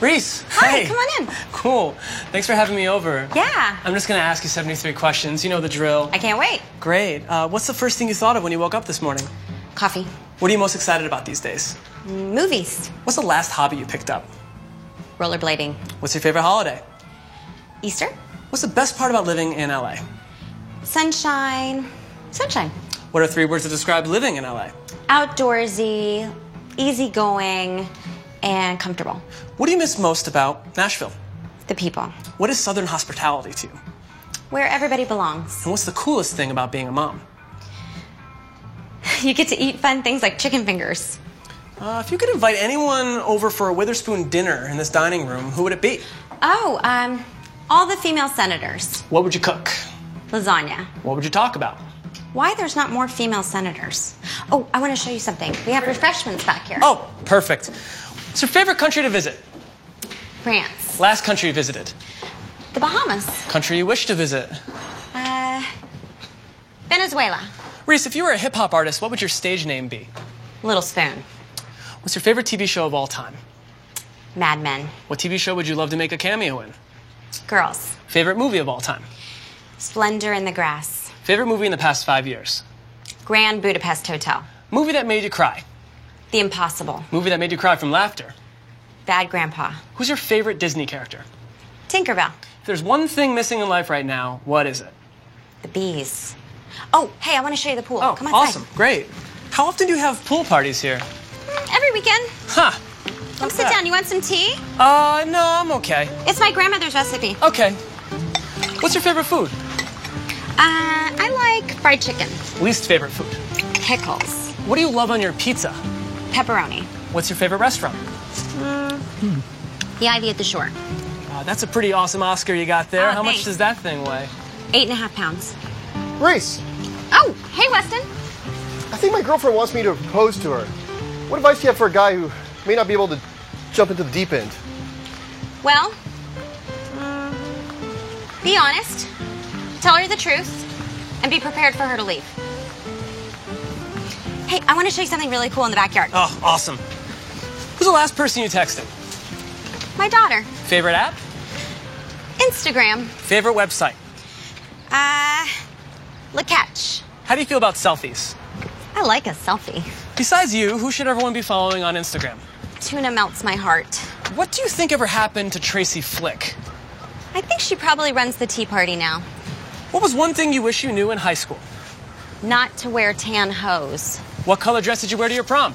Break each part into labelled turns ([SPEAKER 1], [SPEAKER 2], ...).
[SPEAKER 1] Reese.
[SPEAKER 2] Hi,
[SPEAKER 1] hey.
[SPEAKER 2] come on in.
[SPEAKER 1] Cool. Thanks for having me over.
[SPEAKER 2] Yeah.
[SPEAKER 1] I'm just gonna ask you 73 questions. You know the drill.
[SPEAKER 2] I can't wait.
[SPEAKER 1] Great. Uh, what's the first thing you thought of when you woke up this morning?
[SPEAKER 2] Coffee.
[SPEAKER 1] What are you most excited about these days?
[SPEAKER 2] Movies.
[SPEAKER 1] What's the last hobby you picked up?
[SPEAKER 2] Rollerblading.
[SPEAKER 1] What's your favorite holiday?
[SPEAKER 2] Easter.
[SPEAKER 1] What's the best part about living in LA?
[SPEAKER 2] Sunshine. Sunshine.
[SPEAKER 1] What are three words to describe living in LA?
[SPEAKER 2] Outdoorsy, easygoing, and comfortable.
[SPEAKER 1] What do you miss most about Nashville?
[SPEAKER 2] The people.
[SPEAKER 1] What is Southern hospitality to you? And
[SPEAKER 2] Where everybody belongs.
[SPEAKER 1] what's the coolest thing about being a mom?
[SPEAKER 2] You get to eat fun things like chicken fingers.
[SPEAKER 1] Uh, if you could invite anyone over for a Witherspoon dinner in this dining room, who would it be?
[SPEAKER 2] Oh, um, all the female senators.
[SPEAKER 1] What would you cook?
[SPEAKER 2] Lasagna.
[SPEAKER 1] What would you talk about?
[SPEAKER 2] Why there's not more female senators? Oh, I want to show you something. We have refreshments back here.
[SPEAKER 1] Oh, perfect. What's your favorite country to visit?
[SPEAKER 2] France.
[SPEAKER 1] Last country you visited?
[SPEAKER 2] The Bahamas.
[SPEAKER 1] Country you wish to visit?
[SPEAKER 2] Uh, Venezuela.
[SPEAKER 1] Reese, if you were a hip hop artist, what would your stage name be?
[SPEAKER 2] Little Spoon.
[SPEAKER 1] What's your favorite TV show of all time?
[SPEAKER 2] Mad Men.
[SPEAKER 1] What TV show would you love to make a cameo in?
[SPEAKER 2] Girls.
[SPEAKER 1] Favorite movie of all time?
[SPEAKER 2] Splendor in the Grass.
[SPEAKER 1] Favorite movie in the past five years?
[SPEAKER 2] Grand Budapest Hotel.
[SPEAKER 1] Movie that made you cry?
[SPEAKER 2] The Impossible.
[SPEAKER 1] Movie that made you cry from laughter?
[SPEAKER 2] Bad Grandpa.
[SPEAKER 1] Who's your favorite Disney character?
[SPEAKER 2] Tinkerbell.
[SPEAKER 1] If there's one thing missing in life right now, what is it?
[SPEAKER 2] The Bees. Oh, hey, I want to show you the pool.
[SPEAKER 1] Oh,
[SPEAKER 2] Come on.
[SPEAKER 1] awesome. Great. How often do you have pool parties here?
[SPEAKER 2] Every weekend.
[SPEAKER 1] Huh.
[SPEAKER 2] Come sit
[SPEAKER 1] bad.
[SPEAKER 2] down. You want some tea?
[SPEAKER 1] Uh, no, I'm okay.
[SPEAKER 2] It's my grandmother's recipe. Uh,
[SPEAKER 1] Okay. What's your favorite food?
[SPEAKER 2] Uh, I like fried chicken,
[SPEAKER 1] Least favorite food.
[SPEAKER 2] pickles,
[SPEAKER 1] What do you love on your pizza?
[SPEAKER 2] pepperoni,
[SPEAKER 1] What's your favorite restaurant?
[SPEAKER 2] the ivy at the shore.
[SPEAKER 1] Uh, that's a pretty awesome Oscar you got there.
[SPEAKER 2] Oh,
[SPEAKER 1] How much
[SPEAKER 2] thanks.
[SPEAKER 1] does that thing weigh?
[SPEAKER 2] Eight and a half pounds.
[SPEAKER 3] Grace,
[SPEAKER 2] Oh, hey, Weston.
[SPEAKER 3] I think my girlfriend wants me to propose to her. What advice do you have for a guy who may not be able to jump into the deep end?
[SPEAKER 2] Well, be honest, tell her the truth, and be prepared for her to leave. Hey, I want to show you something really cool in the backyard.
[SPEAKER 1] Oh, awesome. Who's the last person you texted?
[SPEAKER 2] My daughter,
[SPEAKER 1] Favorite app?
[SPEAKER 2] Instagram,
[SPEAKER 1] Favorite website?
[SPEAKER 2] uh, La Catch.
[SPEAKER 1] How do you feel about selfies?
[SPEAKER 2] I like a selfie.
[SPEAKER 1] Besides you, who should everyone be following on Instagram?
[SPEAKER 2] Tuna melts my heart.
[SPEAKER 1] What do you think ever happened to Tracy Flick?
[SPEAKER 2] I think she probably runs the tea party now.
[SPEAKER 1] What was one thing you wish you knew in high school?
[SPEAKER 2] Not to wear tan hose.
[SPEAKER 1] What color dress did you wear to your prom?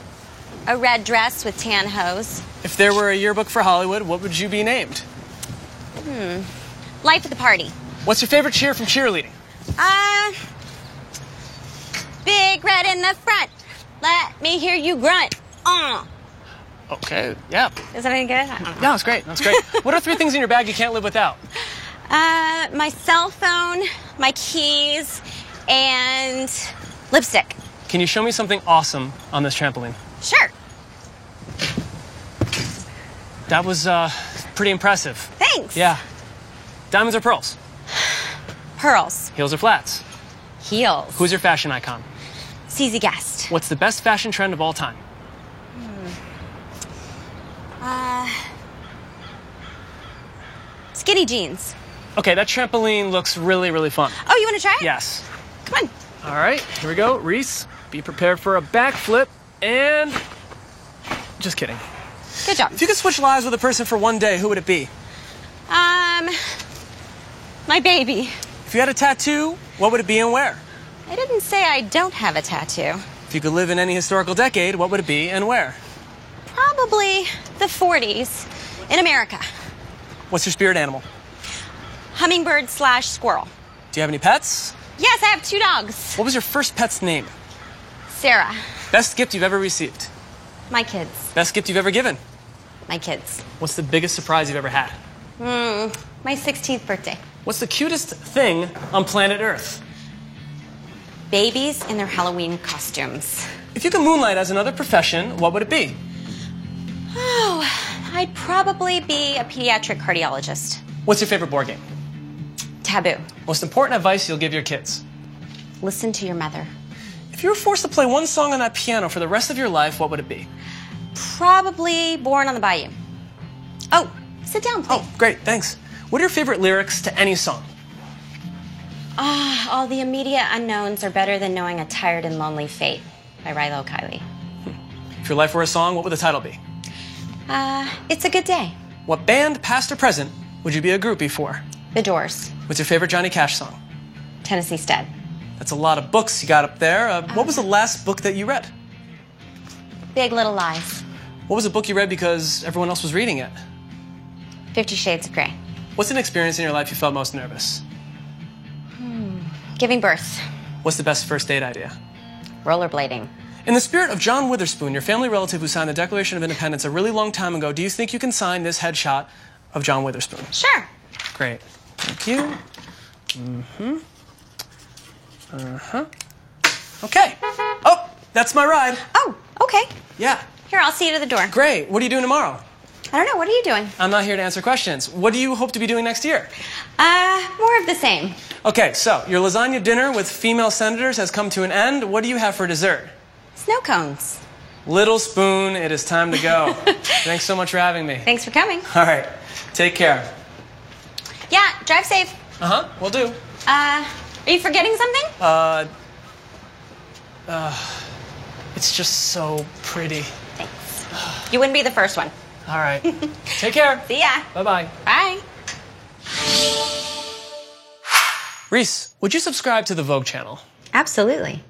[SPEAKER 2] A red dress with tan hose.
[SPEAKER 1] If there were a yearbook for Hollywood, what would you be named?
[SPEAKER 2] Life of the party.
[SPEAKER 1] What's your favorite cheer from cheerleading?
[SPEAKER 2] Uh, big red in the front. Let me hear you grunt. Uh.
[SPEAKER 1] Okay, yeah.
[SPEAKER 2] Is that any good? I don't know.
[SPEAKER 1] No, it's great. That's great. what are three things in your bag you can't live without?
[SPEAKER 2] Uh, my cell phone, my keys, and lipstick.
[SPEAKER 1] Can you show me something awesome on this trampoline?
[SPEAKER 2] Sure.
[SPEAKER 1] That was uh, pretty impressive.
[SPEAKER 2] Thanks.
[SPEAKER 1] Yeah. Diamonds or pearls?
[SPEAKER 2] Pearls.
[SPEAKER 1] Heels or flats?
[SPEAKER 2] Heels.
[SPEAKER 1] Who's your fashion icon?
[SPEAKER 2] CZ Guest.
[SPEAKER 1] What's the best fashion trend of all time?
[SPEAKER 2] Uh, skinny jeans.
[SPEAKER 1] Okay, that trampoline looks really, really fun.
[SPEAKER 2] Oh, you want to try it?
[SPEAKER 1] Yes.
[SPEAKER 2] Come on.
[SPEAKER 1] All right, here we go. Reese, be prepared for a backflip and. Just kidding.
[SPEAKER 2] Good job.
[SPEAKER 1] If you could switch lives with a person for one day, who would it be?
[SPEAKER 2] Um, my baby.
[SPEAKER 1] If you had a tattoo, what would it be and where?
[SPEAKER 2] I didn't say I don't have a tattoo.
[SPEAKER 1] If you could live in any historical decade, what would it be and where?
[SPEAKER 2] Probably the 40s in America.
[SPEAKER 1] What's your spirit animal?
[SPEAKER 2] Hummingbird slash squirrel.
[SPEAKER 1] Do you have any pets?
[SPEAKER 2] Yes, I have two dogs.
[SPEAKER 1] What was your first pet's name?
[SPEAKER 2] Sarah.
[SPEAKER 1] Best gift you've ever received?
[SPEAKER 2] My kids.
[SPEAKER 1] Best gift you've ever given?
[SPEAKER 2] My kids.
[SPEAKER 1] What's the biggest surprise you've ever had?
[SPEAKER 2] Mm, my 16th birthday.
[SPEAKER 1] What's the cutest thing on planet Earth?
[SPEAKER 2] Babies in their Halloween costumes.
[SPEAKER 1] If you could moonlight as another profession, what would it be?
[SPEAKER 2] Oh, I'd probably be a pediatric cardiologist.
[SPEAKER 1] What's your favorite board game?
[SPEAKER 2] Taboo.
[SPEAKER 1] Most important advice you'll give your kids?
[SPEAKER 2] Listen to your mother.
[SPEAKER 1] If you were forced to play one song on that piano for the rest of your life, what would it be?
[SPEAKER 2] Probably born on the bayou. Oh, sit down, please.
[SPEAKER 1] Oh, great, thanks. What are your favorite lyrics to any song?
[SPEAKER 2] Ah, all the immediate unknowns are better than knowing a tired and lonely fate by Rilo Kiley.
[SPEAKER 1] If your life were a song, what would the title be?
[SPEAKER 2] Uh, it's a good day.
[SPEAKER 1] What band, past or present, would you be a groupie for?
[SPEAKER 2] The Doors,
[SPEAKER 1] What's your favorite Johnny Cash song?
[SPEAKER 2] Tennessee Stead.
[SPEAKER 1] That's a lot of books you got up there. Uh, what was the last book that you read?
[SPEAKER 2] Big Little Lies,
[SPEAKER 1] What was a book you read because everyone else was reading it?
[SPEAKER 2] Fifty Shades of Grey,
[SPEAKER 1] What's an experience in your life you felt most nervous?
[SPEAKER 2] Giving Birth,
[SPEAKER 1] What's the best first date idea?
[SPEAKER 2] Rollerblading.
[SPEAKER 1] In the spirit of John Witherspoon, your family relative who signed the Declaration of Independence a really long time ago, do you think you can sign this headshot of John Witherspoon?
[SPEAKER 2] Sure.
[SPEAKER 1] Great. Thank you. Mm-hmm. Uh-huh. Okay. Oh, that's my ride.
[SPEAKER 2] Oh, okay.
[SPEAKER 1] Yeah.
[SPEAKER 2] Here, I'll see you to the door.
[SPEAKER 1] Great. What are you doing tomorrow?
[SPEAKER 2] I don't know. What are you doing?
[SPEAKER 1] I'm not here to answer questions. What do you hope to be doing next year?
[SPEAKER 2] Uh, more of the same.
[SPEAKER 1] Okay, so your lasagna dinner with female senators has come to an end. What do you have for dessert?
[SPEAKER 2] Snow cones.
[SPEAKER 1] Little spoon, it is time to go. Thanks so much for having me.
[SPEAKER 2] Thanks for coming.
[SPEAKER 1] All right. Take care.
[SPEAKER 2] Yeah, drive safe.
[SPEAKER 1] Uh-huh. Will do.
[SPEAKER 2] Uh, are you forgetting something?
[SPEAKER 1] Uh uh It's just so pretty.
[SPEAKER 2] Thanks. You wouldn't be the first one.
[SPEAKER 1] All right. Take care.
[SPEAKER 2] See ya.
[SPEAKER 1] Bye-bye.
[SPEAKER 2] Bye.
[SPEAKER 1] Reese, would you subscribe to the Vogue channel?
[SPEAKER 2] Absolutely.